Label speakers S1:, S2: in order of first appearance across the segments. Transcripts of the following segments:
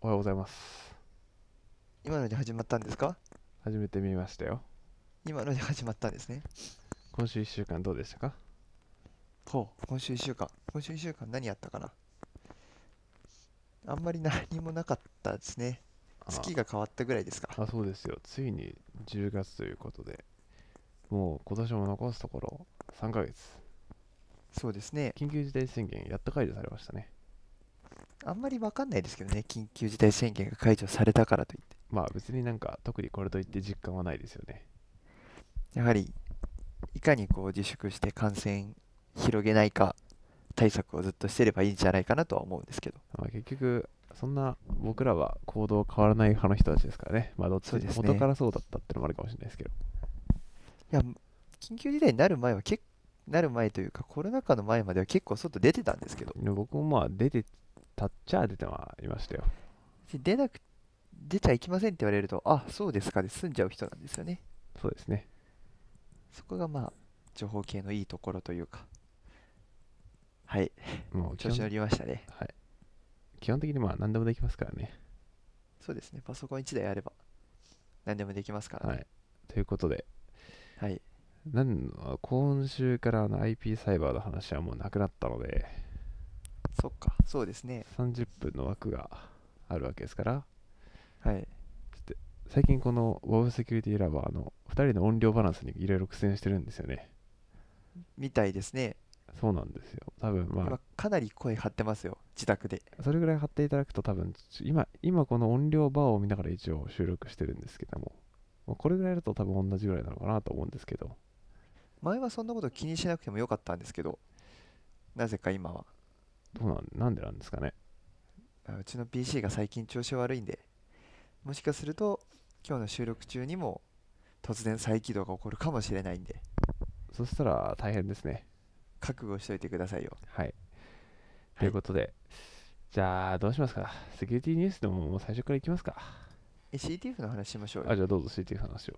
S1: おはようございます。
S2: 今ので始まったんですか
S1: 初めて見ましたよ。
S2: 今ので始まったんですね。
S1: 今週1週間どうでしたか
S2: ほう。今週1週間。今週1週間何やったかなあんまり何もなかったですね。
S1: あ
S2: 月が変わったぐらいですか。
S1: あ、そうですよ。ついに10月ということで、もう今年も残すところ3ヶ月。
S2: そうですね。
S1: 緊急事態宣言やっと解除されましたね。
S2: あんまりわかんないですけどね。緊急事態宣言が解除されたからといっ
S1: まあ別になんか特にこれといって実感はないですよね。
S2: て。やはり、いかにこう自粛して感染広げないか対策をずっとしてればいいんじゃないかなとは思うんですけど。
S1: まあ、結局、そんな僕らは行動変わらない派の人たちですからね。まあどっち、
S2: そうですね
S1: 元からそうだったってのもあるかもしれないですけど。
S2: いや、緊急事態になる前は結なる前というか、コロナ禍の前までは結構外出てたんですけど、
S1: でも僕もまあ出てたっちゃ出てはいましたよ。
S2: で出なく、出ちゃいけませんって言われると、あ、そうですかで済んじゃう人なんですよね。
S1: そうですね。
S2: そこがまあ、情報系のいいところというか。はい、
S1: もう基
S2: 調
S1: 本
S2: 子乗りましたね。
S1: はい。基本的にまあ何でもできますからね。
S2: そうですね、パソコン1台あれば、何でもできますから
S1: は
S2: ね。
S1: い。ということで、
S2: はい、
S1: なん今週からあの IP サイバーの話はもうなくなったので、
S2: そっか、そうですね。
S1: 30分の枠があるわけですから、
S2: はい。
S1: 最近この WoW セキュリティラバーの2人の音量バランスにいろいろ苦戦してるんですよね。
S2: みたいですね。
S1: そうなんですよ。多分ま
S2: 今、かなり声張ってますよ、自宅で。
S1: あ、それぐらい貼っていただくと多分、今、今この音量バーを見ながら一応収録してるんですけども、まあこれぐらいだと多分同じぐらいなのかなと思うんですけど、
S2: 前はそんなこと気にしなくてもよかったんですけど、なぜか今は。
S1: どうなん、なんでなんですかね。
S2: あうちの PC が最近調子悪いんで、もしかすると今日の収録中にも突然再起動が起こるかもしれないんで、
S1: そしたら大変ですね。
S2: 覚悟しといてくださいよ。
S1: はい。ということで、じゃあどうしますかセキュリティニュースでももう最初からいきますか
S2: え CTF の話しましょうよ
S1: あ、。じゃあどうぞ CTF の話を。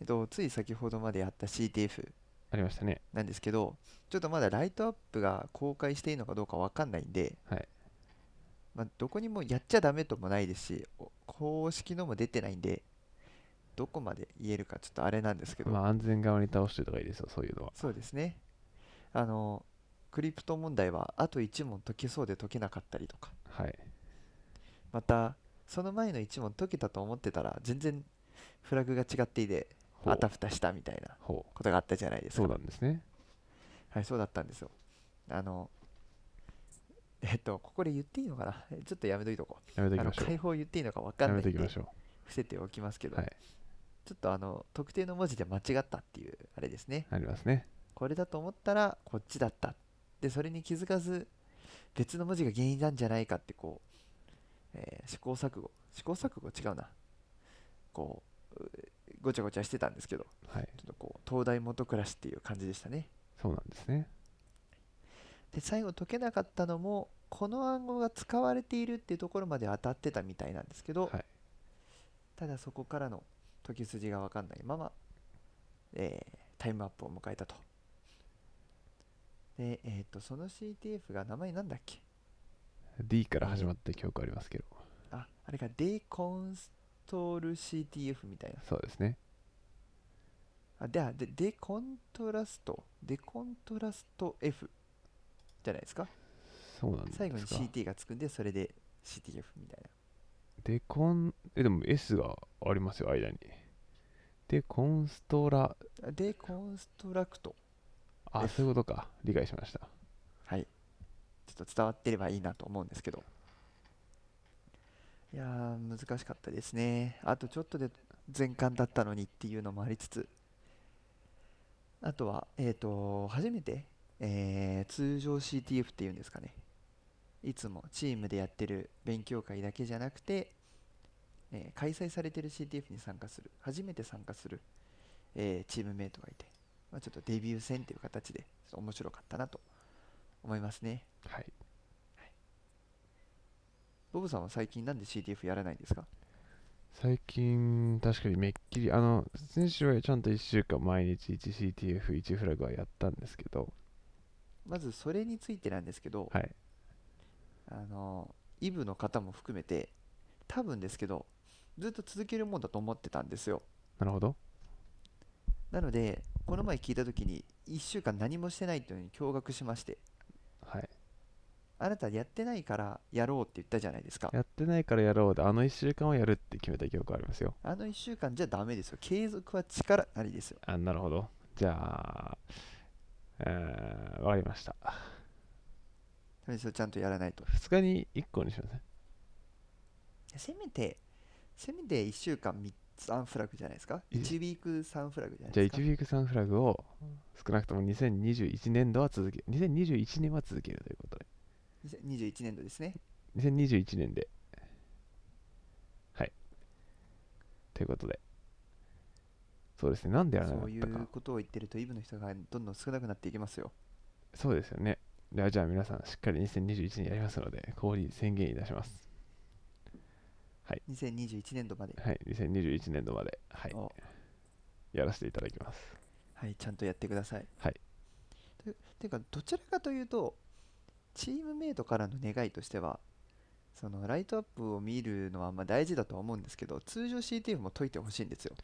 S2: えっと、つい先ほどまでやった CTF
S1: ありましたね。
S2: なんですけど、ちょっとまだライトアップが公開していいのかどうかわかんないんで、
S1: はい
S2: まあ、どこにもやっちゃダメともないですし、お公式のも出てないんで、どこまで言えるかちょっとあれなんですけど、
S1: まあ安全側に倒しておいた方がいいですよ、そういうのは。
S2: そうですね。あの、クリプト問題はあと1問解けそうで解けなかったりとか、
S1: はい。
S2: また、その前の1問解けたと思ってたら、全然フラグが違っていて、
S1: ほう
S2: あたふたしたみたいな
S1: ほう。
S2: ことがあったじゃないです
S1: そう
S2: か。
S1: なんですね。
S2: はい、そうだったんですよ。あの、えっと、ここで言っていいのかなえちょっとやめといとこう。
S1: やめて
S2: あ
S1: おきま
S2: の、
S1: しょ
S2: 解放言っていいのか分
S1: う。
S2: か
S1: や
S2: ん
S1: め
S2: ない
S1: ておき
S2: ん
S1: ま
S2: で、
S1: しょ
S2: 伏せておきますけど、
S1: う。はい。
S2: ちょっとあの、特定の文字で間違ったっていう、あれですね。
S1: ありますね。
S2: これだと思ったらこっちだったでそれに気づかず別の文字が原因なんじゃないかってこう、えー試行錯誤試行錯誤違うなこううごちゃごちゃしてたんですけど
S1: はい。
S2: ちょっとこう東大元暮らしっていう感じでしたね
S1: そうなんですね。
S2: で最後解けなかったのもこの暗号が使われているっていうところまで当たってたみたいなんですけど、
S1: はい。
S2: ただそこからの解き筋が分かんないまま、えータイムアップを迎えたと。で、えっ、と、その CTF が名前なんだっけ
S1: D から始まって記憶ありますけど。
S2: あ、あれか、デコンストール CTF みたいな。
S1: そうですね。
S2: あ、で、あでデコントラスト、デコントラスト F じゃないですか。
S1: そうなんですか。
S2: 最後に CT がつくんで、それで CTF みたいな。
S1: デコン、え、でも S がありますよ、間に。で、コンストラ、
S2: あデコンストラクト。
S1: あ、
S2: F
S1: そういうことか。理解しました。
S2: はい。ちょっと伝わってればいいなと思うんですけど。いやー、難しかったですね。あとちょっとで全巻だったのにっていうのもありつつ、あとは、えっと、初めて、えー通常 CTF っていうんですかね。いつもチームでやってる勉強会だけじゃなくて、えー開催されてる CTF に参加する、初めて参加する、えーチームメイトがいて、まあ、ちょっとデビュー戦っていう形で、ちょっと面白かったなと思いますね。
S1: はい。
S2: ボブさんは最近なんで CTF やらないんですか
S1: 最近、確かにめっきり、あの、先週はちゃんと1週間毎日 1CTF1 フラグはやったんですけど、
S2: まずそれについてなんですけど、
S1: はい。
S2: あのイブの方も含めて多分ですけど、ずっと続けるもんだと思ってたんですよ。
S1: なるほど。
S2: なので、この前聞いたときに、1週間何もしてないというのに驚愕しまして、
S1: はい。
S2: あなたやってないからやろうって言ったじゃないですか。
S1: やってないからやろうで、あの1週間はやるって決めた記憶ありますよ。
S2: あの1週間じゃダメですよ。継続は力なりですよ。
S1: あ、なるほど。じゃあ、えー、わかりました。
S2: ダメですよ、ちゃんとやらないと。
S1: 2日に1個にしません。
S2: せめて、せめて1週間3つ3フラグじゃないですか。
S1: い
S2: 1ウィーク3フラグじゃない
S1: じゃあ、
S2: で
S1: 1
S2: すか。
S1: ウィーク3フラグを少なくとも2021年度は続け、2021年は続けるということで。
S2: 21年度ですね。
S1: 2021年で。はい。ということで。そうですね。なんでやらなか
S2: そ
S1: っ
S2: うい
S1: たか
S2: う。ことを言ってると、イブの人がどんどん少なくなっていきますよ。
S1: そうですよね。ではじゃあ皆さんしっかり2021年やりますので、ここに宣言いたします。
S2: 2021年度まで。
S1: はい、2021年度まで、はい、
S2: お
S1: やらせていただきます。
S2: はい、ちゃんとやってください。
S1: はい
S2: と。ていうか、どちらかというと、チームメイトからの願いとしては、そのライトアップを見るのはまあ大事だとは思うんですけど、通常 CTF も解いてほしいんですよ。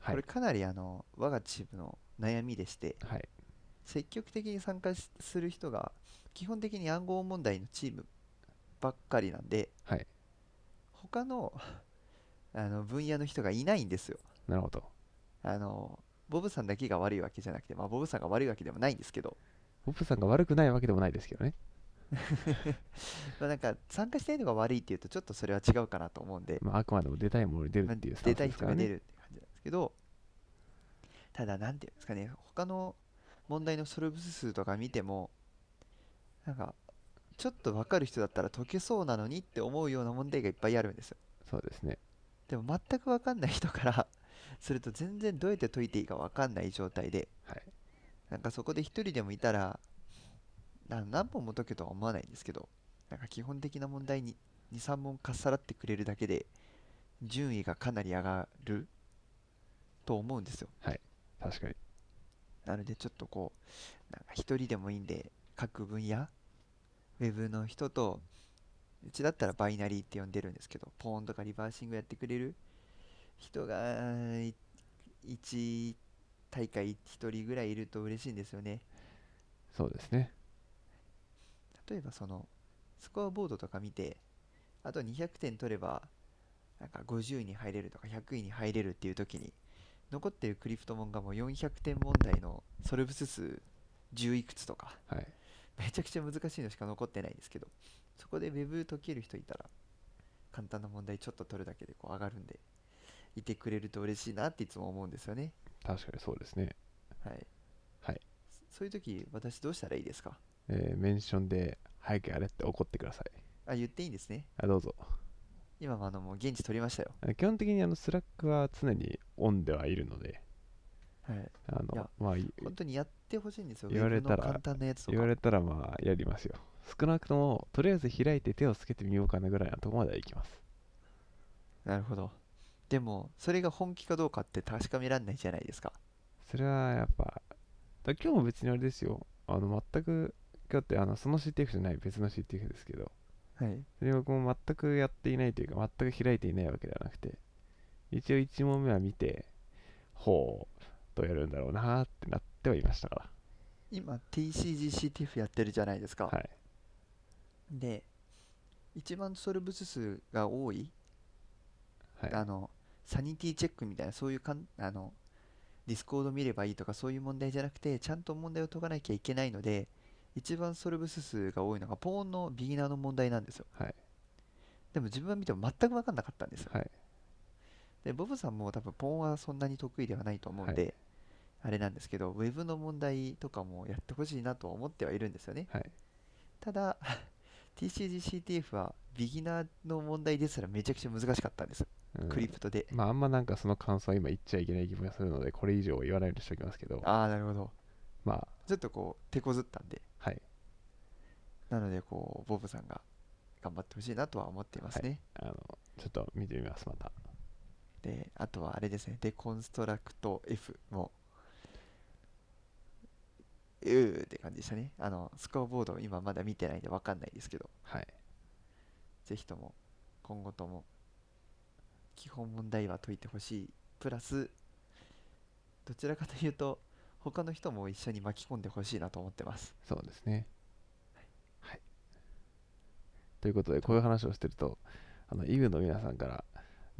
S1: はい
S2: これかなりあの我がチームの悩みでして、
S1: はい、
S2: 積極的に参加しする人が、基本的に暗号問題のチームばっかりなんで、
S1: はい
S2: 他のあの分野の人がいないんですよ。
S1: なるほど。
S2: あのボブさんだけが悪いわけじゃなくて、まあ、ボブさんが悪いわけでもないんですけど、
S1: ポップさんが悪くないわけでもないですけどね。
S2: まあ、なんか参加したいのが悪いっていうとちょっとそれは違うかなと思うんで、
S1: まあ、あくまでも出たいものに出る
S2: まあ
S1: っていうスタン
S2: 出
S1: ス
S2: たい
S1: ですか
S2: 人
S1: ら
S2: が出
S1: ね。
S2: るって感じなんですけどただなんていうんですかね他の問題のソルブ数とか見てもなんかちょっと分かる人だったら解けそうなのにって思うような問題がいっぱいあるんですよ
S1: そうですね。
S2: でも全く分かんない人から すると全然どうやって解いていいか分かんない状態で
S1: はい、
S2: なんかそこで一人でもいたらな何本も解けとは思わないんですけどなんか基本的な問題に23問かっさらってくれるだけで順位がかなり上がると思うんですよ
S1: 確かに。
S2: なのでちょっとこうなんか一人でもいいんで各分野ウェブの人とうちだったらバイナリーって呼んでるんですけどポーンとかリバーシングやってくれる人が1大会1人ぐらいいると嬉しいんですよね
S1: そうですね。
S2: 例えばそのスコアボードとか見てあと200点取ればなんか50位に入れるとか100位に入れるっていう時に残ってるクリプトモンがもう400点問題のソルブス数10いくつとか
S1: はい、
S2: めちゃくちゃ難しいのしか残ってないんですけどそこで Web 解ける人いたら簡単な問題ちょっと取るだけでこう上がるんでいてくれると嬉しいなっていつも思うんですよね
S1: 確かにそうですね。
S2: はい、
S1: はい、
S2: そういう時私どうしたらいいですか
S1: えーメンションで、早くやれって怒ってください。
S2: あ言っていいんですね
S1: あどうぞ。
S2: 今もあのもう現地取りましたよ
S1: あ基本的にあのスラックは常にオンではいるので、
S2: はい
S1: あ
S2: い
S1: の
S2: や
S1: まあ、い
S2: 本当にやってほしいんですよ。
S1: 言われたら
S2: ウェブの簡単なやつと
S1: 言わ
S2: か。
S1: れたらまあやりますよ。少なくとも、とりあえず開いて手をつけてみようかなぐらいのところまではいきます。
S2: なるほど。でも、それが本気かどうかって確かめられないじゃないですか。
S1: それはやっぱ、だ今日も別にあれですよ。あの、全く、今日ってあのその CTF じゃない別の CTF ですけど、
S2: はい。
S1: で僕も全くやっていないというか、全く開いていないわけではなくて、一応1問目は見て、ほう、どうやるんだろうなーってなってはいましたか。。
S2: 今、TCGCTF やってるじゃないですか
S1: は
S2: ら
S1: い。
S2: で、一番ソルブス数が多い、
S1: は
S2: あ
S1: い。
S2: の、サニティチェックみたいな、そういうかん、あの、ディスコード見ればいいとか、そういう問題じゃなくて、ちゃんと問題を解かなきゃいけないので、一番ソルブス数が多いのが、ポーンのビギナーの問題なんですよ。
S1: はい。
S2: でも自分は見ても全く分かんなかったんですよ
S1: はい。
S2: で、ボブさんも多分ポンはそんなに得意ではないと思うんで、あれなんですけど、ウェブの問題とかもやってほしいなとは思ってはいるんですよね。
S1: はい。
S2: ただ、TCGCTF はビギナーの問題ですらめちゃくちゃ難しかったんですよ、
S1: うん
S2: クリプトで。
S1: まあ、あんまなんかその感想は今言っちゃいけない気もするので、これ以上言わないようにしておきますけど、
S2: ああ、なるほど。
S1: まあ、
S2: ちょっとこう、手こずったんで、
S1: はい。
S2: なので、こう、ボブさんが頑張ってほしいなとは思っていますね。
S1: あの、ちょっと見てみます、また。
S2: で、あとはあれですね、デコンストラクト F も、うーって感じでしたね。あの、スコアボードを今まだ見てないんで分かんないですけど、
S1: はい。
S2: ぜひとも今後とも基本問題は解いてほしいプラスどちらかというと他の人も一緒に巻き込んでほしいなと思ってます
S1: そうですね。はい。ということで、こういう話をしてると、あの、イグの皆さんから、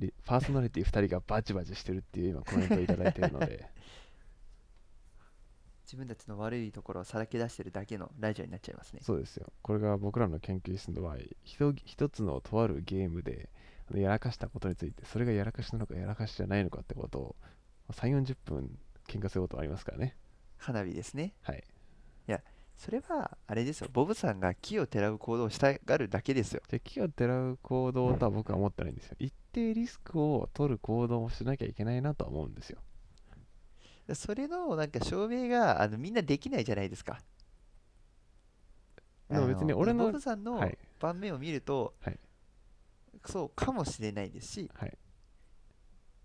S1: リパーソナリティ2人がバチバチしてるっていう今コメントをいただいているので、
S2: 自分たちの悪いところをさらけ出してるだけのラジオになっちゃいますね
S1: そうですよ。これが僕らの研究室の場合、ひと一つのとあるゲームで、あのやらかしたことについて、それがやらかしなのかやらかしじゃないのかってことを、3、40分喧嘩することはありますからね。
S2: 花火ですね
S1: はい。
S2: それはあれですよボブさんが木をてらう行動をしたがるだけですよ
S1: じゃあ木をてらう行動とは僕は思ってないんですよ。一定リスクを取る行動をしなきゃいけないなとは思うんですよ。
S2: それのなんか証明があのみんなできないじゃないですか
S1: でも別に俺の
S2: ボブさんの
S1: はい
S2: 盤面を見ると、
S1: はい
S2: そうかもしれないですし
S1: はい。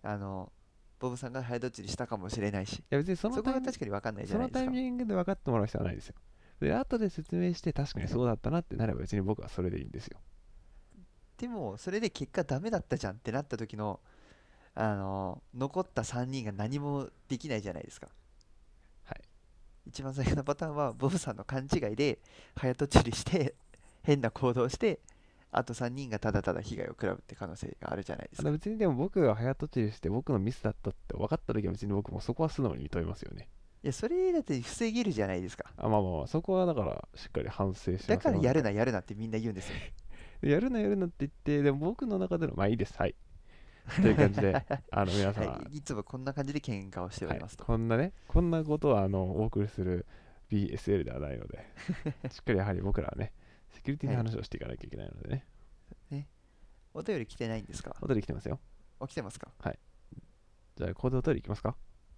S2: あのボブさんが早とちりしたかもしれないし
S1: いや別にそ
S2: そ
S1: の
S2: こ
S1: タイ
S2: は
S1: ミン
S2: 確かに分かんないじ
S1: そ
S2: ゃな
S1: の
S2: いで
S1: タ
S2: す
S1: イ
S2: か
S1: ミングで分かってもらう必要はないですよ。で、後で説明して確かにそうだったなってなれば別に僕はそれでいいんですよ。
S2: でもそれで結果ダメだったじゃんってなった時のあの残った3人が何もできないじゃないですか
S1: はい
S2: 一番最悪なパターンはボブさんの勘違いで早とちりして変な行動をしてあと3人がただただ被害を食らうって可能性があるじゃないです
S1: あの
S2: か
S1: 別にでも僕が早とちりして僕のミスだったって分かった時は別に僕もそこは素直に認めますよね。
S2: いやそれだって防げるじゃないですか
S1: あまあまあまあ、そこはだからしっかり反省して
S2: だ
S1: ます
S2: からやる
S1: な。
S2: なやるなってみんな言うんですよ
S1: やるなやるなって言って、でも僕の中でのまあいいです。はい。という感じ で、あの皆様、は
S2: はい、いつもこんな感じで喧嘩をしており
S1: い
S2: ますと、
S1: こんなね、こんなことはあのお送りする BSL ではないの で、しっかりやはり僕らはね、セキュリティの
S2: はい
S1: 話をしていかなきゃいけないのでね、
S2: お便り来てないんですか
S1: お便り来てますよ。
S2: 起きてますか
S1: じゃあ、コードお便りいきますか。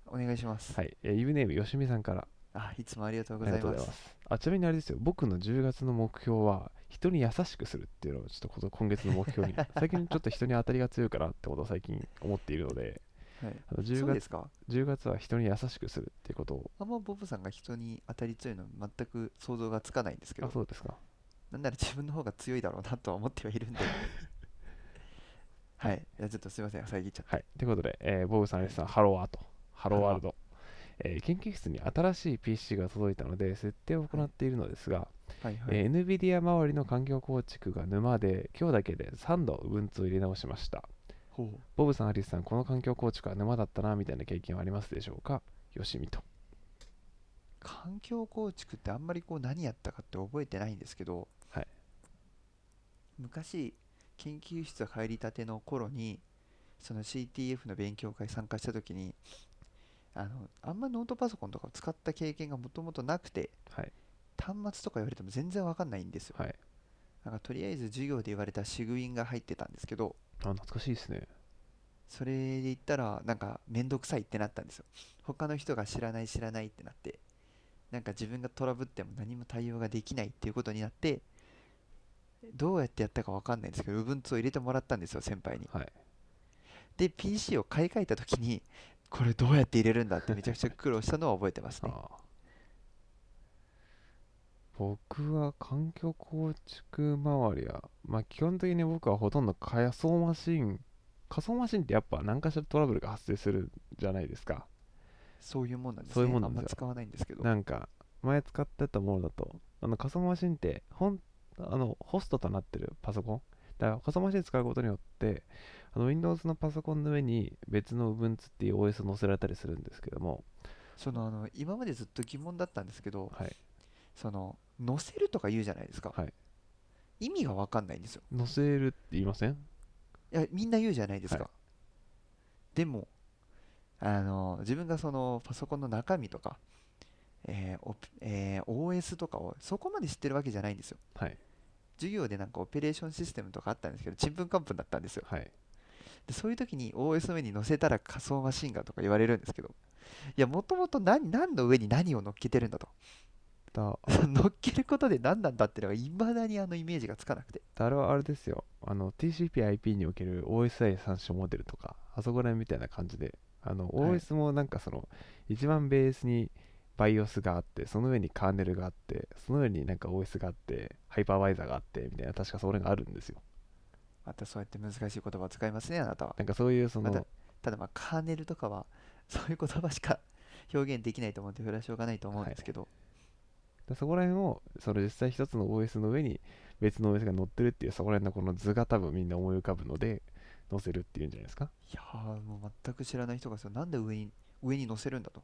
S2: お願いします、
S1: はい、えー、ユーネームよしみさんから
S2: あいつもありがとう
S1: あ
S2: ご
S1: り
S2: ざ
S1: が
S2: い
S1: とう
S2: ま
S1: ござ
S2: す
S1: います。あちなみにあれですよ、僕の10月の目標は、人に優しくするっていうのをちょっとこと今月の目 標に、最近ちょっと人に当たりが強いかなってことを最近思っているので、
S2: はい
S1: あの
S2: そ
S1: 10,
S2: うで
S1: 月
S2: すか
S1: 10月は人に優しくするっていうことを、
S2: あんまボブさんが人に当たり強いの全く想像がつかないんですけ
S1: あ、
S2: ど、
S1: そうですか。
S2: なんなら自分の方が強いだろうなとは思っては いるんで。はい。いや、ちょっとすいません、遮っちゃっ
S1: はい。ということで、えーボブさん、アレスさん、ハローアート、ハロー
S2: ハロー
S1: ワールド。えー研究室に新しい PC が届いたので、設定を行っているのですが、
S2: た。はいはい。
S1: えー NVIDIA 周りの環境構築が沼で、今日だけで3度 Ubuntu を入れ直しました。
S2: ほ
S1: ボブさん、アリスさん、この環境構築は沼だったなみたいな経験はありますでしょうかよしみと。
S2: 環境構築ってあんまりこう何やったかって覚えてないんですけど、
S1: はい
S2: 昔、研究室入りたての頃に、その CTF の勉強会参加した時に、あの、あんまノートパソコンとかを使った経験がもともとなくて、
S1: はい。
S2: 端末とか言われても全然わかんないんですよ。
S1: はい。
S2: なんかとりあえず授業で言われたシグインが入ってたんですけど、
S1: あ、懐かしいですね。
S2: それで言ったらなんかめんどくさいってなったんですよ。他の人が知らない知らないってなって、なんか自分がトラブっても何も対応ができないっていうことになって、どうやってやったかわかんないんですけど、Ubuntu を入れてもらったんですよ、先輩に。
S1: はい。
S2: で、PC を買い替えた時に、これどうやって入れるんだってめちゃくちゃ苦労したのは覚えてます
S1: あ
S2: ね。
S1: あ。僕は環境構築周りは、まあ基本的に僕はほとんど仮想マシン、仮想マシンってやっぱ何かしらトラブルが発生するじゃないですか。
S2: そういうもんなんです
S1: そういう
S2: ね。
S1: もん
S2: あ
S1: なんんです
S2: ま
S1: よ
S2: 使わないんですけど。
S1: なんか前使ってたものだとあの仮想マシンってほんあのホストとなってるパソコンだから仮想マシン使うことによってあの Windows のパソコンの上に別の Ubuntu っていう OS を載せられたりするんですけども
S2: そのあの今までずっと疑問だったんですけど、
S1: はい
S2: その載せるとか言うじゃないですか、
S1: はい
S2: 意味が分かんないんですよ
S1: 載せるって言いません
S2: いやみんな言うじゃないですか、
S1: は
S2: でもあの自分がそのパソコンの中身とか、えーオプえー OS とかをそこまで知ってるわけじゃないんですよ
S1: はい
S2: 授業でなんかオペレーションシステムとかあったんですけどちんぷんかんぷんだったんですよ
S1: はい
S2: でそういう時に OS の上に載せたら仮想マシンガとか言われるんですけどいやもともと何何の上に何を乗っけてるんだと
S1: だ
S2: 乗っけることで何なんだってのがいまだにあのイメージがつかなくて
S1: あれはあれですよあの TCPIP における OSI 参照モデルとかあそこら辺みたいな感じであの
S2: はい
S1: OS もなんかその一番ベースに BIOS があってその上にカーネルがあってその上になんか OS があってハイパーバイザーがあってみたいな確かそれがあるんですよ
S2: またそうやって難しい言葉を使いますね、あなたは。
S1: なんかそういうそ
S2: ま
S1: の、
S2: ただまあカーネルとかは そういう言葉しか表現できないと思うんでそれはしょうがないと思うん
S1: はい
S2: ですけど、
S1: そこら辺を、その実際一つの OS の上に別の OS が載ってるっていう、そこら辺のこの図が多分みんな思い浮かぶので、載せるっていうんじゃないですか。
S2: い、やーもう全く知らない人がそれなんで上に上に載せるんだと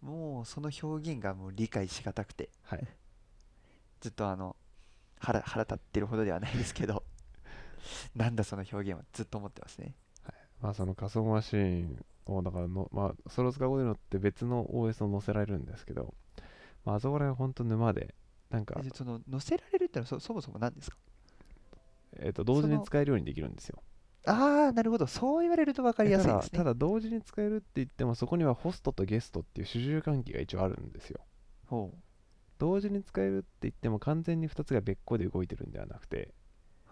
S2: もうその表現がもう理解しがたくて
S1: はい。
S2: ずっとあの腹腹立ってるほどではないですけど なんだその表現はずっと思ってますね
S1: まあその仮想マシンをだからの、まあ、それを使うことによって別の OS を載せられるんですけど、まああそこら辺は本当沼で、なんか
S2: え、その載せられるってのはそそもそも何ですか
S1: えっと、同時
S2: そ
S1: に
S2: の
S1: 使えるようにできるんですよ。
S2: ああなるほどそう言われると分かりやすいです
S1: ただただ
S2: ね
S1: 同時に使えるって言ってもそこにはホストとゲストっていう主従関係が一応あるんですよ
S2: ほ
S1: 同時に使えるって言っても完全に2つが別個で動いてるんではなくて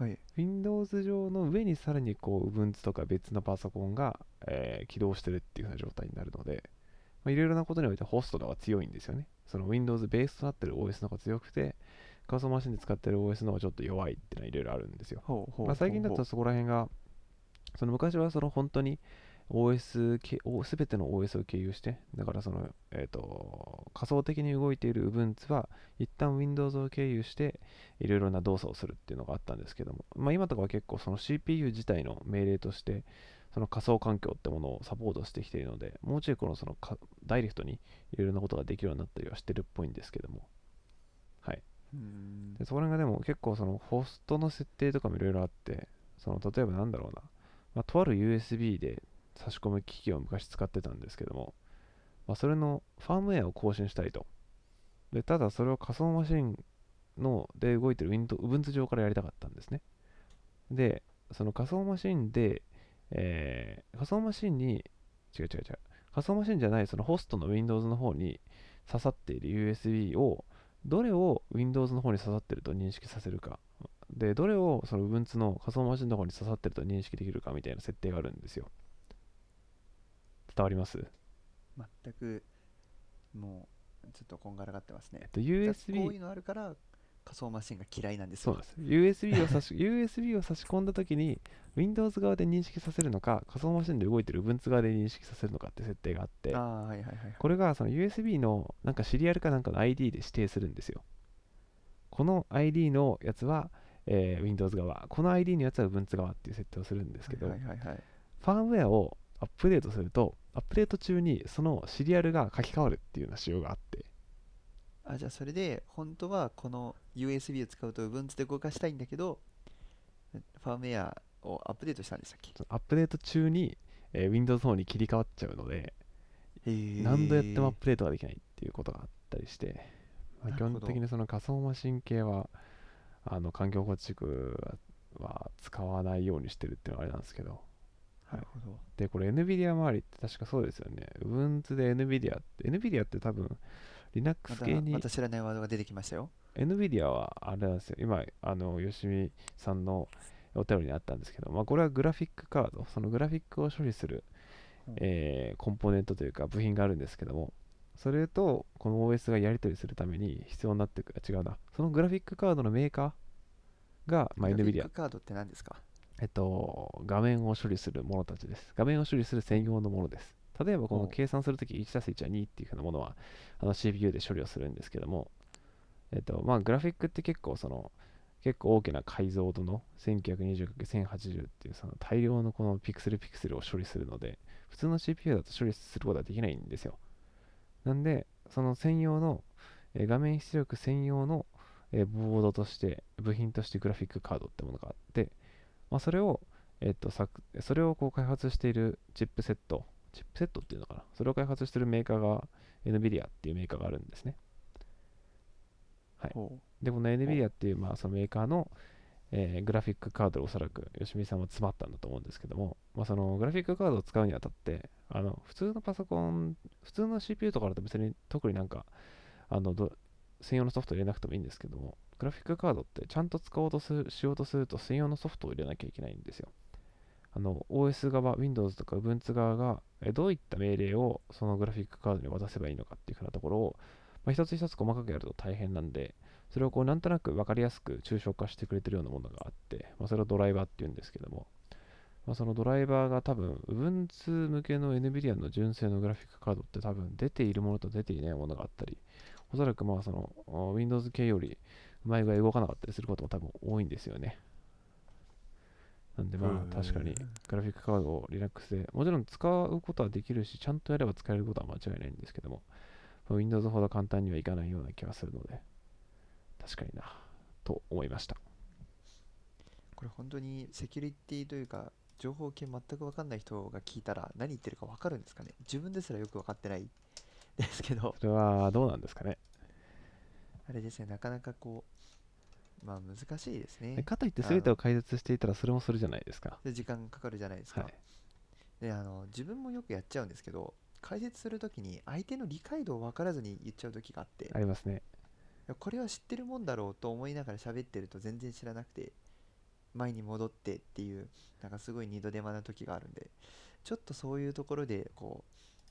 S2: うはい
S1: Windows 上の上にさらにこう Ubuntu とか別のパソコンが、えー起動してるっていうような状態になるのでまあいろいろなことにおいてホストの方が強いんですよねその Windows ベースとなってる OS の方が強くて仮想マシンで使ってる OS の方がちょっと弱いっていうのはいろいろあるんですよ
S2: ほうほう
S1: まあ、最近だ
S2: ほう
S1: と
S2: ほ
S1: そこら辺がその昔はその本当に OS けお全ての OS を経由してだからその、えー、と仮想的に動いている Ubuntu は一旦 Windows を経由していろいろな動作をするっていうのがあったんですけども、まあ、今とかは結構その CPU 自体の命令としてその仮想環境ってものをサポートしてきているのでもうちょいこのそのかダイレクトにいろいろなことができるようになったりはしてるっぽいんですけどもはい、
S2: ううーん
S1: でそれがでも結構そのホストの設定とかもいろいろあってその例えばなんだろうな、まあ、とある USB で差し込む機器を昔使ってたんですけども、まあ、それのファームウェアを更新したいとでただそれを仮想マシンので動いてる Windows Ubuntu 上からやりたかったんですねでその仮想マシンで、えー仮想マシンに違う違う違う仮想マシンじゃないそのホストの Windows の方に刺さっている USB をどれを Windows の方に刺さってると認識させるかでどれをその Ubuntu の仮想マシンの方に刺さってると認識できるかみたいな設定があるんですよ伝わります、
S2: 全くもうちょっとこんがらがってます
S1: えっ
S2: ね。
S1: と、
S2: こうい
S1: USB
S2: うのあるから仮想マシンが嫌いなんです
S1: そう
S2: よ
S1: なん。です USB を差し USB を差し込んだ時に Windows 側で認識させるのか仮想マシンで動いてる Ubuntu 側で認識させるのかって設定があって
S2: ああはいはいはいはい。
S1: これがその USB のなんかシリアルかなんかの ID で指定するんですよ。この ID のやつは、えー Windows 側、この ID のやつは Ubuntu 側っていう設定をするんですけど、
S2: はいはいはいはい。
S1: ファームウェアをアップデートすると、アップデート中にそのシリアルが書き換わるっていうような仕様があって、
S2: あじゃあそれで本当はこの USB を使うと Ubuntu で動かしたいんだけどファームウェアをアップデートしたんでしたっけ
S1: そのアップデート中に、えー Windows の方に切り替わっちゃうので、何
S2: 何
S1: 度やってもアップデートができないっていうことがあったりして、まあ
S2: な
S1: 基
S2: るほど
S1: 本的にその仮想マシン系はあの環境構築は使わないようにしてるっていうのはあれなんですけど
S2: なるほど。
S1: でこれ NVIDIA 周りって確かそうですよね Ubuntu で NVIDIA って NVIDIA って多分
S2: ま
S1: Linux
S2: た
S1: 系に、
S2: また知らないワードが出てきましたよ。
S1: NVIDIA はあれなんですよ今あの吉見さんのお便りにあったんですけど、まあ、これはグラフィックカードそのグラフィックを処理する
S2: うん、
S1: えーコンポーネントというか部品があるんですけどもそれとこの OS がやり取りするために必要になってくるあ違うなそのグラフィックカードのメーカーが、まあ、
S2: グラフィッ
S1: NVIDIA
S2: クカードって何ですか
S1: えっと、画面を処理するものたちです。画面を処理する専用のものです。例えば、こ
S2: お
S1: の
S2: う
S1: 計算するとき 1+1 は2っていうふうなものは、あの CPU で処理をするんですけども、えっと、まあ、グラフィックって結構、その、結構大きな解像度の 1920×1080 っていうその大量のこのピクセルピクセルを処理するので、普通の CPU だと処理することはできないんですよ。なんで、その専用の、えー画面出力専用の、えーボードとして、部品としてグラフィックカードってものがあって、まあ、それを、えっと、作それをこう開発しているチップセット、チップセットっていうのかな、それを開発しているメーカーが NVIDIA っていうメーカーがあるんですね。はい
S2: ほう
S1: で、この NVIDIA っていう、まあ、そのメーカーの、えーグラフィックカードをおそらく吉見さんは詰まったんだと思うんですけども、まあ、そのグラフィックカードを使うにあたって、あの普通のパソコン、普通の CPU とかだと別に特になんか、あのど専用のソフト入れなくてもいいんですけども、グラフィックカードってちゃんと使おうとするしようとすると専用のソフトを入れなきゃいけないんですよ。あの OS 側、Windows とか Ubuntu 側がえどういった命令をそのグラフィックカードに渡せばいいのかっていうふうなところを、まあ、一つ一つ細かくやると大変なんで、それをこうなんとなく分かりやすく抽象化してくれてるようなものがあって、まあ、それをドライバーっていうんですけども、まあ、そのドライバーが多分 Ubuntu 向けの NVIDIA の純正のグラフィックカードって多分出ているものと出ていないものがあったりおそらくまあそのお Windows 系よりうまい具合動かなかったりすることも多分多いんですよねなんでまあ確かにグラフィックカードを Linux で、もちろん使うことはできるし、ちゃんとやれば使えることは間違いないんですけども、まあ Windows ほど簡単にはいかないような気がするので、確かにな、と思いました。
S2: これ本当にセキュリティというか情報系全く分かんない人が聞いたら何言ってるか分かるんですかね自分ですらよく分かってない ですけど
S1: それはどうなんですかね。
S2: あれですねなかなかこうまあ難しいです
S1: で
S2: ね
S1: かといって全てを解説していたらそれもするじゃないですか。
S2: で時間かかるじゃないです
S1: は
S2: か、
S1: い。
S2: であの自分もよくやっちゃうんですけど解説するときに相手の理解度を分からずに言っちゃうときがあって
S1: ありますね。
S2: いやこれは知ってるもんだろうと思いながら喋ってると全然知らなくて前に戻ってっていうなんかすごい二度手間な時があるんでちょっとそういうところでこ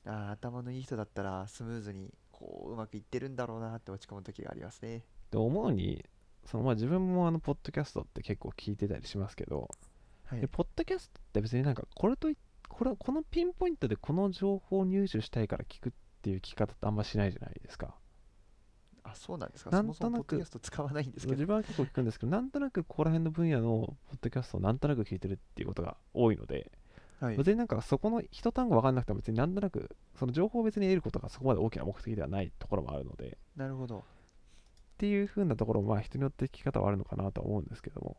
S2: うあー頭のいい人だったらスムーズにこううまくいってるんだろうなって落ち込む時がありますね
S1: で思うに、そのまあ自分もあの、ポッドキャストって結構聞いてたりしますけど、
S2: はい
S1: でポッドキャストって別になんかこれといこれこのピンポイントでこの情報を入手したいから聞くっていう聞き方ってあんましないじゃないですか
S2: あそうなんですか
S1: な
S2: そ
S1: ん
S2: もそ
S1: とな
S2: も
S1: く
S2: ポッドキャスト使わないんですけ
S1: 自
S2: ど
S1: 分は結構聞くんですけどなんとなくここら辺の分野のポッドキャストをなんとなく聞いてるっていうことが多いので
S2: はい
S1: 別になんかそこの一単語分かんなくても別になんとなくその情報を別に得ることがそこまで大きな目的ではないところもあるので
S2: なるほど
S1: っていう風なところもまあ人によって聞き方はあるのかなとは思うんですけども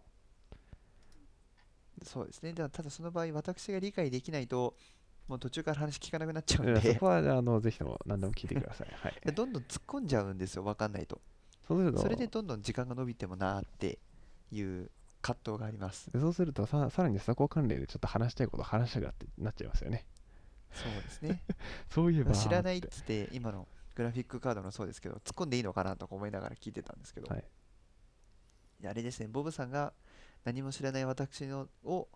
S2: そうですねではただその場合私が理解できないともう途中から話聞かなくなっちゃう
S1: い
S2: ん
S1: やそ
S2: で
S1: こはあのぜひとも何でも聞いてください、 はい、
S2: どんどん突っ込んじゃうんですよ分かんないと
S1: そうすると
S2: それでどんどん時間が伸びてもなーっていう葛藤があります。
S1: でそうするとささらにそこ関連でちょっと話したいこと話したくなってなっちゃいますよね。
S2: そうです ね。
S1: そういえば
S2: 知らないっ
S1: って
S2: つって、今のグラフィックカードのそうですけど、突っ込んでいいのかなとか思いながら聞いてたんですけど、
S1: はい
S2: あれですね、ボブさんが何も知らない私のを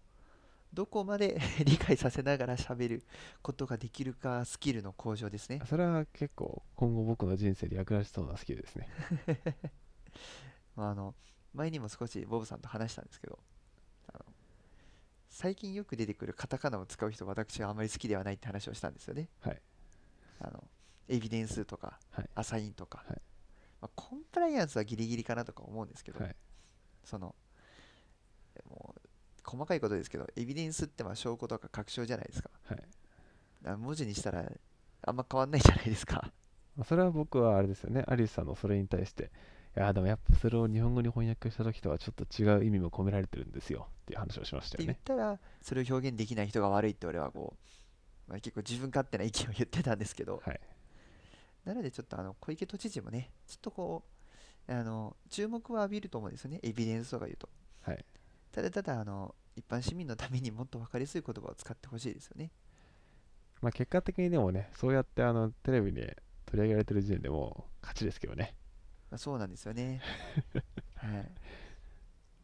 S2: どこまで 理解させながら喋ることができるかスキルの向上ですね。
S1: それは結構今後僕の人生で役立ちそうなスキルですね。
S2: まあ、あの前にも少しボブさんと話したんですけどあの最近よく出てくるカタカナを使う人私はあまり好きではないって話をしたんですよね、
S1: はい
S2: あのエビデンスとか、
S1: はい
S2: アサインとか、
S1: はい
S2: まあ、コンプライアンスはギリギリかなとか思うんですけど、
S1: はい、
S2: そのもう細かいことですけどエビデンスってまあ証拠とか確証じゃないですか
S1: はい
S2: あ文字にしたらあんま変わんないじゃないですか
S1: まあそれは僕はあれですよね。アリスさんのそれに対して、いやーでもやっぱそれを日本語に翻訳した時とはちょっと違う意味も込められてるんですよっていう話をしまし
S2: ったて
S1: よ
S2: 言っ
S1: ね。
S2: たらそれを表現できない人が悪いって俺はこう、まあ、結構自分勝手な意見を言ってたんですけど
S1: はい、
S2: なのでちょっとあの小池都知事もね、ちょっとこう、あの注目は浴びると思うんですよね、エビデンスとか言うと。
S1: はい
S2: ただただあの、一般市民のためにもっと分かりやすい言葉を使ってほしいですよね。
S1: まあ、結果的にでもね、そうやってあのテレビで取り上げられてる時点でもう勝ちですけどね。
S2: まあ、そうなんです よね。はいま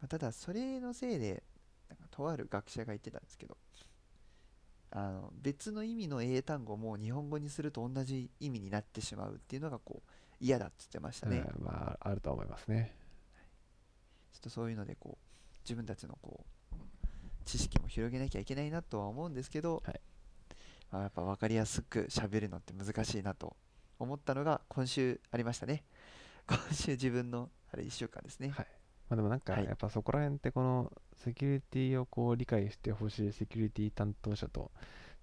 S2: あ、ただ、それのせいで、なんかとある学者が言ってたんですけど、あの別の意味の英単語も日本語にすると同じ意味になってしまうっていうのがこう嫌だって言ってましたね。
S1: うん、まああると思いますね。
S2: ちょっとそういうのでこう自分たちのこう知識も広げなきゃいけないなとは思うんですけど、
S1: はい
S2: まあ、やっぱ分かりやすく喋るのって難しいなと思ったのが今週ありましたね今週自分のあれ1週間ですね、
S1: はいまあ、でもなんか
S2: はい
S1: やっぱそこら辺ってこのセキュリティをこう理解してほしいセキュリティ担当者と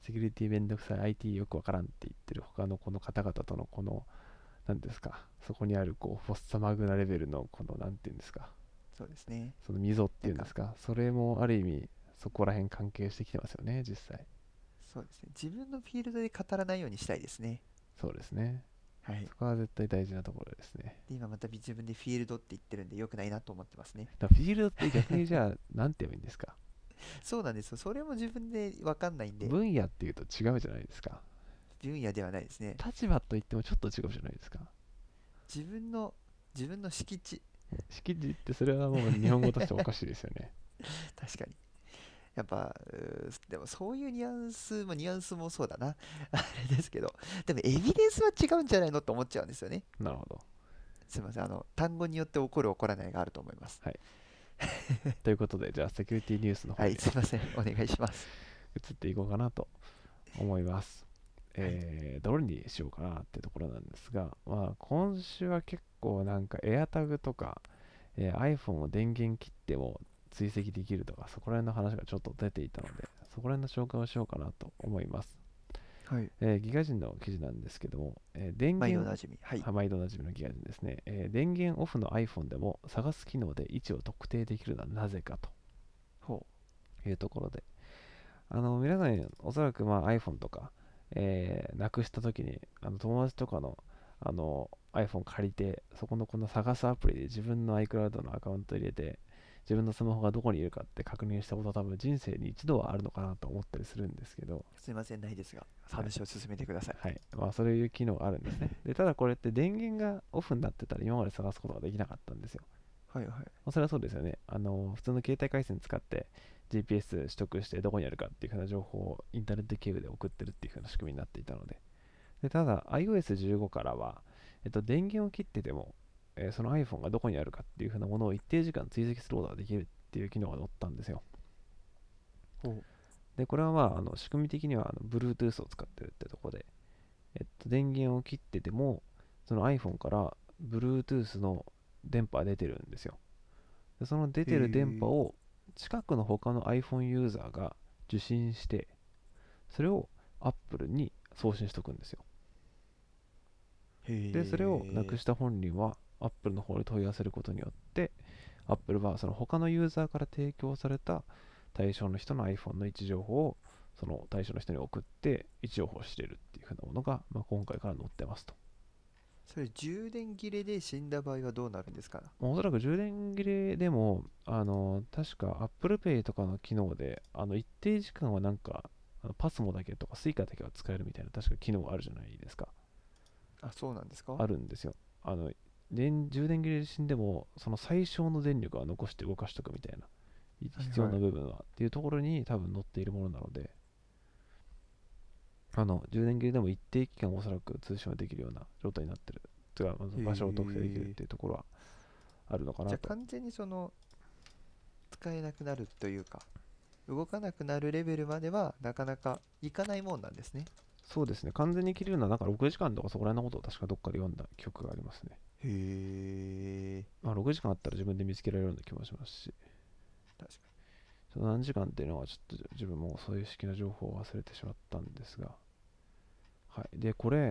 S1: セキュリティめんどくさい IT よくわからんって言ってる他のこの方々とのこの何ですかそこにあるこうフォッサマグナレベルのこの何て言うんですか
S2: そうですね
S1: その溝っていうんですかそれもある意味そこら辺関係してきてますよね実際
S2: そうですね自分のフィールドで語らないようにしたいですね
S1: そうですね
S2: はい
S1: そこは絶対大事なところですね
S2: で今また自分でフィールドって言ってるんで良くないなと思ってますね
S1: だからフィールドって逆にじ ゃあ何て言えばいいんですか
S2: そうなんですよそれも自分で分かんないんで
S1: 分野っていうと違うじゃないですか
S2: 分野ではないですね
S1: 立場と言ってもちょっと違うじゃないですか
S2: 自分の自分の敷地
S1: 敷地ってそれはもう日本語としておかしいですよ ね。
S2: 確かに。やっぱ、うーでもそういうニュアンスも、ニュアンスもそうだ な。あれですけど、でもエビデンスは違うんじゃないのと思っちゃうんですよね。
S1: なるほど。
S2: すいません、あの、単語によって起こる起こらないがあると思います。
S1: ということで、じゃあセキュリティニュースの方
S2: は
S1: に
S2: い、すいません、お願いします。
S1: 移っていこうかなと思います。えー、どれにしようかなってところなんですが、まあ、今週は結構なんか AirTag とか、えー iPhone を電源切っても追跡できるとか、そこら辺の話がちょっと出ていたので、そこら辺の紹介をしようかなと思います。
S2: はい。
S1: えーギガ人の記事なんですけども、えー電
S2: 毎度お
S1: 源
S2: なじみ。はい。
S1: は毎度おなじみのギガ人ですね、えー電源オフの iPhone でも探す機能で位置を特定できるのはなぜかと。
S2: ほ
S1: いうところで、あの皆さん、おそらくまあ iPhone とか、えーなくしたときに、あの友達とかのあの iPhone 借りて、そこのこの探すアプリで自分の iCloud のアカウント入れて、自分のスマホがどこにいるかって確認したことは多分人生に一度はあるのかなと思ったりするんですけど、
S2: う。すいません、ないですが、
S1: い
S2: 話を進めてください。
S1: はい。まあ、そういう機能があるんですね。で、ただこれって電源がオフになってたら今まで探すことができなかったんですよ。
S2: はいはい。
S1: まあそれはそうですよね。あの、普通の携帯回線使って GPS 取得してどこにあるかっていうふうな情報をインターネット経由で送ってるっていうふうな仕組みになっていたので。でただ、iOS15 からは、えっと、電源を切ってても、えーその iPhone がどこにあるかっていうふうなものを一定時間追跡することができるっていう機能が載ったんですよ。
S2: ほう。
S1: で、これはまあ、あの仕組み的にはあの Bluetooth を使ってるってとこで、えっと、電源を切ってても、その iPhone から Bluetooth の電波が出てるんですよ。でその出て
S2: へ
S1: る
S2: ー
S1: 電波を近くの他の iPhone ユーザーが受信して、それを Apple に送信しとくんですよ。で、それをなく
S2: し
S1: した本人は Apple の方に問い合わせることによって、Apple はその他のユーザーから提供された対象の人の iPhone の位置情報をその対象の人に送って位置情報を知れるっていうふうなものが、まあ、今回から載ってますと。
S2: それ充電切れで死んだ場合はどうなるんですか
S1: まあおそらく充電切れでも、あの、確か Apple Pay とかの機能で、あの、一定時間はなんか、あのパスモだけとか Suica だけは使えるみたいな、確か機能があるじゃないですか。
S2: あ、そうなんですか
S1: あるんですよ。あの、電充電切れで死んでも、その最小の電力は残して動かしとくみたいな、い
S2: はい
S1: 必要な部分はっていうところに多分載っているものなので、あの、充電切れでも一定期間おそらく通信はできるような状態になってる。とか、まず場所を特定できるっていうところはあるのかな
S2: じ
S1: と
S2: ゃ。あ完全にその使えなくなるというか動かなくなるレベルまではなかなかいかないもんなんですね
S1: そうですね、完全に切れるのは、なんか6時間とかそこら辺のことを確かどっかで読んだ記憶がありますね。
S2: へえ
S1: まあ、6時間あったら自分で見つけられるような気もしますし、
S2: 確か
S1: その何時間っていうのはちょっと自分もそういう式な情報を忘れてしまったんですが、はい。で、これ、
S2: に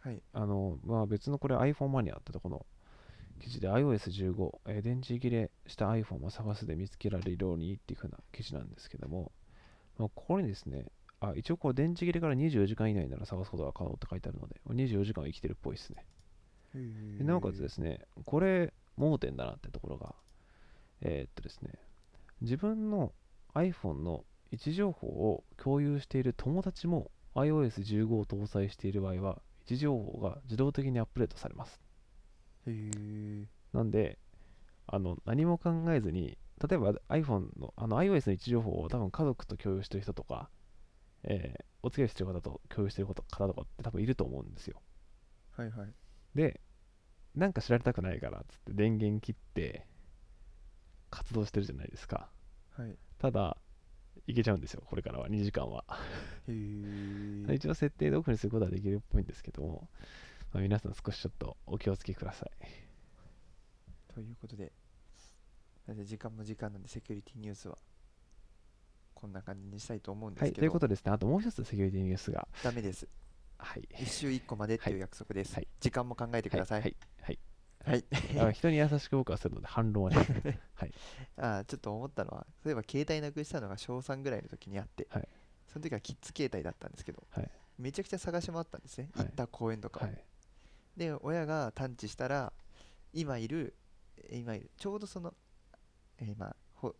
S2: はい
S1: あの、まあ、別のこれ iPhone マニアってとこの記事で iOS15、えー電池切れした iPhone を探すで見つけられるようにっていうふうな記事なんですけども、まあ、ここにですね、あ一応こう電池切れから24時間以内なら探すことが可能って書いてあるので、24時間は生きてるっぽいですね。でなおかつですすね、これ、盲点だなってところが、えーっとですね、自分の iPhone の位置情報を共有している友達も iOS15 を搭載している場合は、位置情報が自動的にアップデートされます。
S2: へえ
S1: なんで、あの何も考えずに、例えば iPhone の、あの iOS の位置情報を多分家族と共有してる人とか、えーお付き合いしてる方と共有してる方とかって多分いると思うんですよ。
S2: はいはい
S1: で、なんか知られたくないからっつって電源切って活動してるじゃないですか。
S2: はいへ
S1: ただ、いけちゃうんですよ、これからは、2時間は。
S2: え
S1: 一応設定でオフにすることはできるっぽいんですけども、まあ皆さん少しちょっとお気をつけください。
S2: ということでだって時間も時間なんでセキュリティニュースはこんな感じにしたいと思うんで
S1: は
S2: す
S1: い、
S2: け
S1: という
S2: ど
S1: ことでですね、あともう一つセキュリティニュースが、
S2: ダメです
S1: はい。
S2: 一週一個までっていう約束です
S1: はい
S2: 時間も考えてください
S1: はい。はい。
S2: はい
S1: はいあ人に優しく僕はするので反論はしない
S2: ああちょっと思ったのはそういえば携帯なくしたのが小3ぐらいの時にあって、
S1: はい
S2: その時はキッズ携帯だったんですけど、
S1: はい
S2: めちゃくちゃ探し回ったんですね、
S1: はい
S2: 行った公園とかを、
S1: はい。
S2: で親が探知したら今いるえー今いるちょうどその、えー今ほ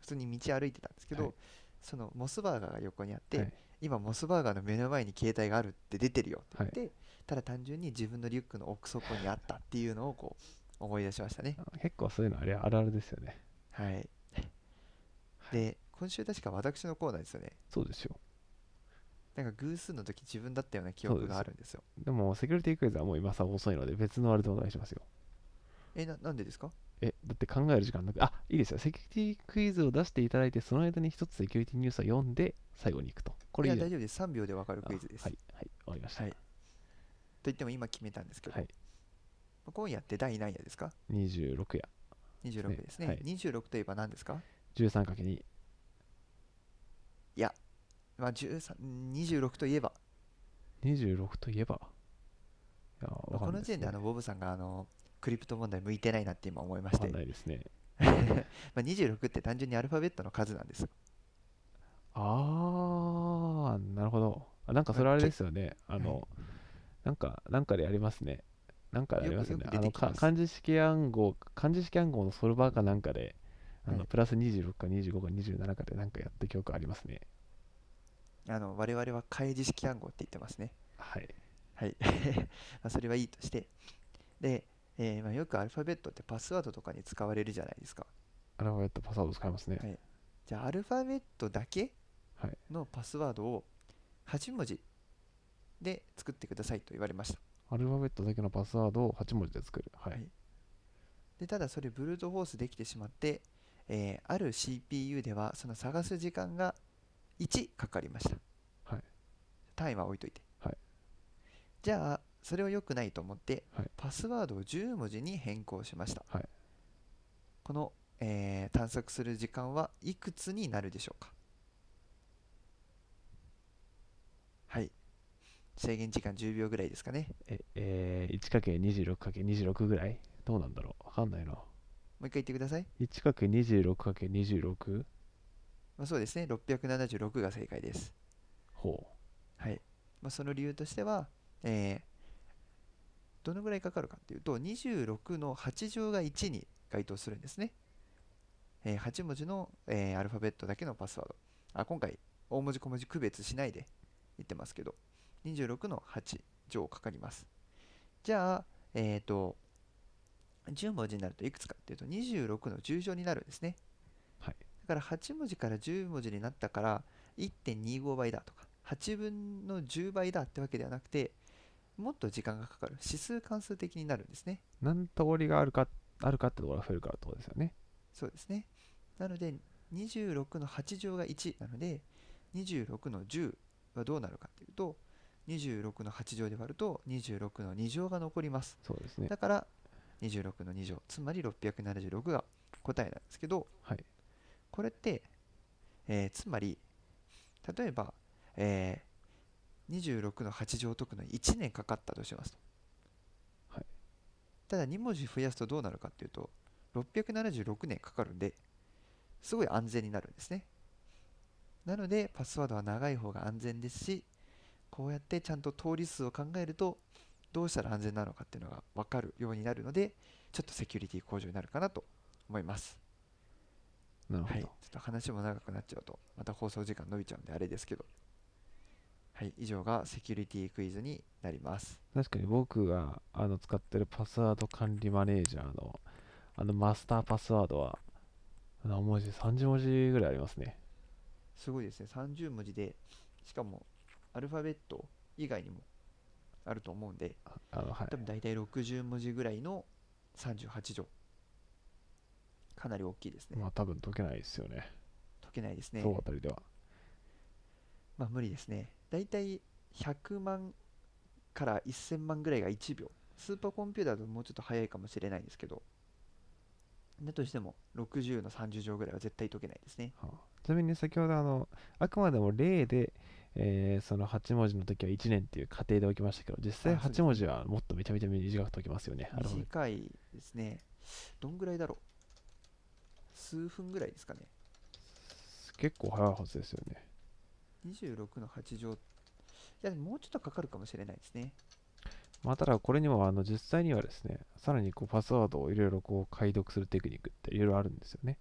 S2: 普通に道歩いてたんですけど、
S1: はい
S2: そのモスバーガーが横にあって、
S1: はい
S2: 今モスバーガーの目の前に携帯があるって出てるよって言って、ただ単純に自分のリュックの奥底にあったっていうのをこう思い出しましたね
S1: あ結構そういうのあれあるあるですよね。
S2: はい。 で、今週確か私のコーナーですよね。
S1: そうですよ。
S2: なんか偶数の時自分だったような記
S1: そう
S2: 憶
S1: です
S2: があるんですよ。
S1: でも、セキュリティクイズはもう今さ遅いので別のあれでお願いしますよ。
S2: え、な、なんでですか
S1: え、だって考える時間なく、あ、いいですよ。セキュリティクイズを出していただいて、その間に一つセキュリティニュースを読んで、最後に行くと。こ
S2: い
S1: れい
S2: や、
S1: いじゃん
S2: 大丈夫です。3秒でわかる
S1: あ
S2: クイズです。
S1: は
S2: と
S1: い、はい、終わりました。
S2: はい言っても今決めたんですけど、
S1: はい、
S2: 今夜って第何夜ですか
S1: 26や
S2: ?26 ですね。
S1: はい
S2: 26といえば何ですか
S1: 13×2。
S2: まあ、13 26といえば、
S1: 26といえば、いや、わか
S2: こ
S1: んな
S2: の
S1: い
S2: 時点であ
S1: ね
S2: のボブさんがあのクリプト問題向いてないなって今思いまし
S1: わか
S2: て、
S1: んな
S2: ま
S1: いですね。
S2: あ、26って単純にアルファベットの数なんですよ。
S1: あー、なるほど。あなんかそれあれですよね。あの、なんか、なんかでやりますね。なんかでやりますよね。
S2: よく
S1: あ
S2: よく出
S1: の、
S2: てき
S1: か
S2: ます
S1: 漢字式暗号、漢字式暗号のソルバーかなんかで、あの
S2: はい
S1: プラス26か25か27かでなんかやった記憶ありますね。
S2: あの我々は開示式暗号って言ってますね。
S1: はい。
S2: はい。 まあそれはいいとして。で、えーまあ、よくアルファベットってパスワードとかに使われるじゃないですか。
S1: アルファベットパスワード使いますね。
S2: じゃあ、アルファベットだけ
S1: はい
S2: のパスワードを8文字で作ってくださいと言われました。
S1: アルファベットだけのパスワードを8文字で作る。は
S2: はいい。で、ただそれブルートフォースできてしまって、えーある CPU ではその探す時間が1かかりました。
S1: はい
S2: 単位は置いといて。
S1: はい
S2: じゃあ、それを良くないと思って、
S1: はい
S2: パスワードを10文字に変更しました。
S1: はい
S2: この、えー探索する時間はいくつになるでしょうかはい。制限時間10秒ぐらいですかね。
S1: え、えー、1×26×26 ぐらいどうなんだろうわかんないな。
S2: もう一回言ってください。
S1: 1×26×26?
S2: まあ、そうですね、676が正解です。
S1: ほ
S2: はい。まあ、その理由としては、えーどのぐらいかかるかっていうと、26の8乗が1に該当するんですね。えー8文字の、えーアルファベットだけのパスワード。あ、今回、大文字小文字区別しないで言ってますけど、26の8乗かかります。じゃあ、えっ、と、10文字になるといくつかっていうと、26の10乗になるんですね。
S1: はい
S2: だから8文字から10文字になったから、1.25倍だとか8分の10倍だってわけではなくてもっと時間がかかる指数関数的になるんですね
S1: う。何通りがあるか、あるかってところが増えるからってことですよね。
S2: そうですねなので26の8乗が1なので26の10はどうなるかっていうと26の8乗で割ると26の2乗が残ります
S1: そうですね。
S2: だから26の2乗つまり676が答えなんですけど、
S1: はい
S2: これって、えーつまり例えば、えー26の8乗を解くのに1年かかったとしますと、
S1: はい
S2: ただ2文字増やすとどうなるかっていうと676年かかるんですごい安全になるんですねなのでパスワードは長い方が安全ですしこうやってちゃんと通り数を考えるとどうしたら安全なのかっていうのが分かるようになるのでちょっとセキュリティ向上になるかなと思います、
S1: なる
S2: は
S1: ほ
S2: い、ち
S1: ど
S2: ょ。っと話も長くなっちゃうとまた放送時間伸びちゃうんであれですけどはい以上がセキュリティクイズになります
S1: 確かに僕があの使ってるパスワード管理マネージャーのあのマスターパスワードは何文字 ?30 文字ぐらいありますね。
S2: すごいですね30文字でしかもアルファベット以外にもあると思うんで
S1: あのはい
S2: 多、分大体60文字ぐらいの38条かなり大きいですね
S1: まあ多分解けないですよね。
S2: 解けないですね
S1: そうあたりでは。
S2: まあ無理ですね。だいたい100万から1000万ぐらいが1秒。スーパーコンピューターだともうちょっと早いかもしれないんですけど。だとしても60の30乗ぐらいは絶対解けないですね。
S1: はあちなみに先ほどあのあくまでも例で、えーその8文字の時は1年っていう仮定で置きましたけど実際
S2: あそうです
S1: 8文字はもっとめちゃめちゃ短く解きますよね。アルファベット
S2: 短いですね。どんぐらいだろう数分ぐらいですかね。
S1: 結構早いはずですよね。
S2: 26の8乗。いや、でももうちょっとかかるかもしれないですね。
S1: まあ、ただこれにもあの実際にはですねさらにこうパスワードをいろいろこう解読するテクニックっていろいろあるんですよね。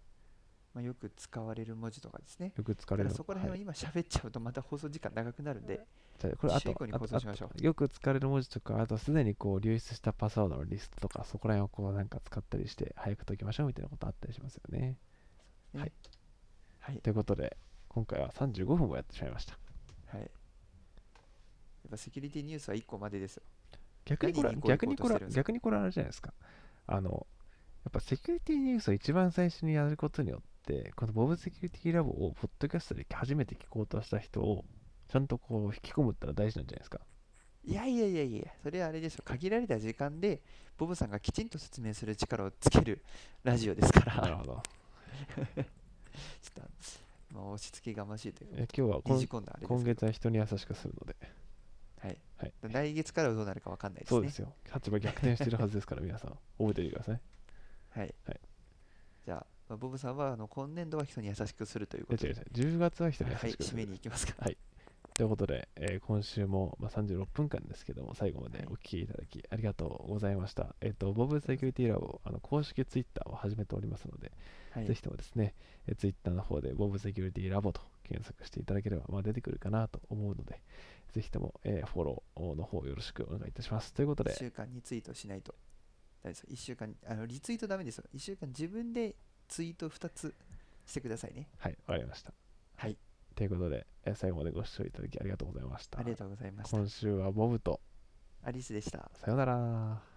S2: まあ、よく使われる文字とかですね。
S1: よく使
S2: だ
S1: わ
S2: か
S1: れ
S2: ら
S1: る。
S2: そこら
S1: は
S2: 辺
S1: い
S2: は今喋っちゃうとまた放送時間長くなるんで、
S1: じゃあこれあ
S2: 週以
S1: と
S2: 降に
S1: あ
S2: 放
S1: と
S2: 送
S1: あ
S2: しましょう
S1: とよく使われる文字とかあとすでにこう流出したパスワードのリストとかそこら辺をこうなんか使ったりして早く解きましょうみたいなことあったりしますよね。
S2: ね
S1: はい
S2: はい。
S1: ということで今回は35分もやってしまいました。
S2: はい。やっぱセキュリティニュースは1個までですよ。
S1: 逆にこれ
S2: 何にこう
S1: 逆にこれ
S2: 移行してるんですか
S1: 逆にこれあれじゃないですかあのやっぱセキュリティニュースを一番最初にやることによって、このボブセキュリティラボをポッドキャストで初めて聞こうとした人をちゃんとこう引き込むってのは大事なんじゃないですか。
S2: いやいやいやいや、それはあれでしょ、限られた時間で、ボブさんがきちんと説明する力をつけるラジオですから、
S1: なるほど。
S2: ちょっと、まあ、押し付けがましいというか、
S1: え今日は
S2: ね
S1: 今
S2: じ込んだあれで
S1: 今
S2: すけ
S1: 月は人に優しくするので。
S2: ど、はい
S1: はい
S2: 来月からはどうなるかわかんないですね。
S1: そうですよ。立場逆転してるはずですから、皆さん、覚えておいてください。
S2: はい。
S1: はい
S2: じゃあ、まあボブさんはあの今年度は人に優しくするという
S1: い
S2: こ
S1: や
S2: と
S1: 違う
S2: で、
S1: 違う、10月は人に優
S2: はい、
S1: しくする。
S2: 締めに行きますか。
S1: はいということで、えー今週も、まあ、36分間ですけども、最後ま
S2: は
S1: で
S2: い
S1: お聞きいただきありがとうございました。えっ、と、ボブセキュリティラボ、あの公式ツイッターを始めておりますので、
S2: はい
S1: ぜひともですね、えー、ツイッターの方で、ボブセキュリティラボと検索していただければ、まあ、出てくるかなと思うので、ぜひとも、えーフォローの方よろしくお願いいたします。ということ
S2: 1
S1: で、
S2: 週間にツイートしないと。大丈夫です1週間にあの、リツイートダメですよ。1週間自分でツイート2つしてくださいね。
S1: はい、わかりました。
S2: はい。
S1: ということで、えー最後までご視聴いただきありがとうございました
S2: あ。りがとうございました。
S1: 今週はボブと
S2: アリスでした。
S1: さよなら。